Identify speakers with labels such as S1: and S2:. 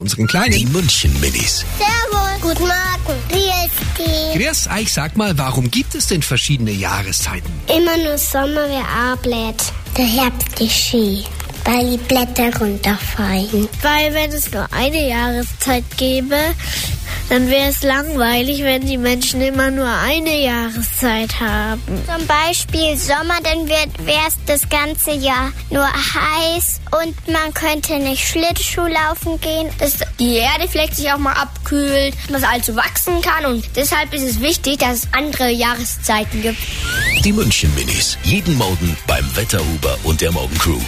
S1: unseren Kleinen.
S2: Die München Minis.
S3: Servus. Guten Morgen. Wie ist die?
S1: Chris, ich sag mal, warum gibt es denn verschiedene Jahreszeiten?
S3: Immer nur Sommer, wer arbeitet. Der Herbst ist schön, weil die Blätter runterfallen. Weil wenn es nur eine Jahreszeit gäbe, dann wäre es langweilig, wenn die Menschen immer nur eine Jahreszeit haben. Zum Beispiel Sommer, dann wäre es das ganze Jahr nur heiß und man könnte nicht Schlittschuh laufen gehen.
S4: dass die Erde vielleicht sich auch mal abkühlt, dass allzu wachsen kann und deshalb ist es wichtig, dass es andere Jahreszeiten gibt.
S2: Die München Minis. Jeden Morgen beim Wetterhuber und der Morgencrew.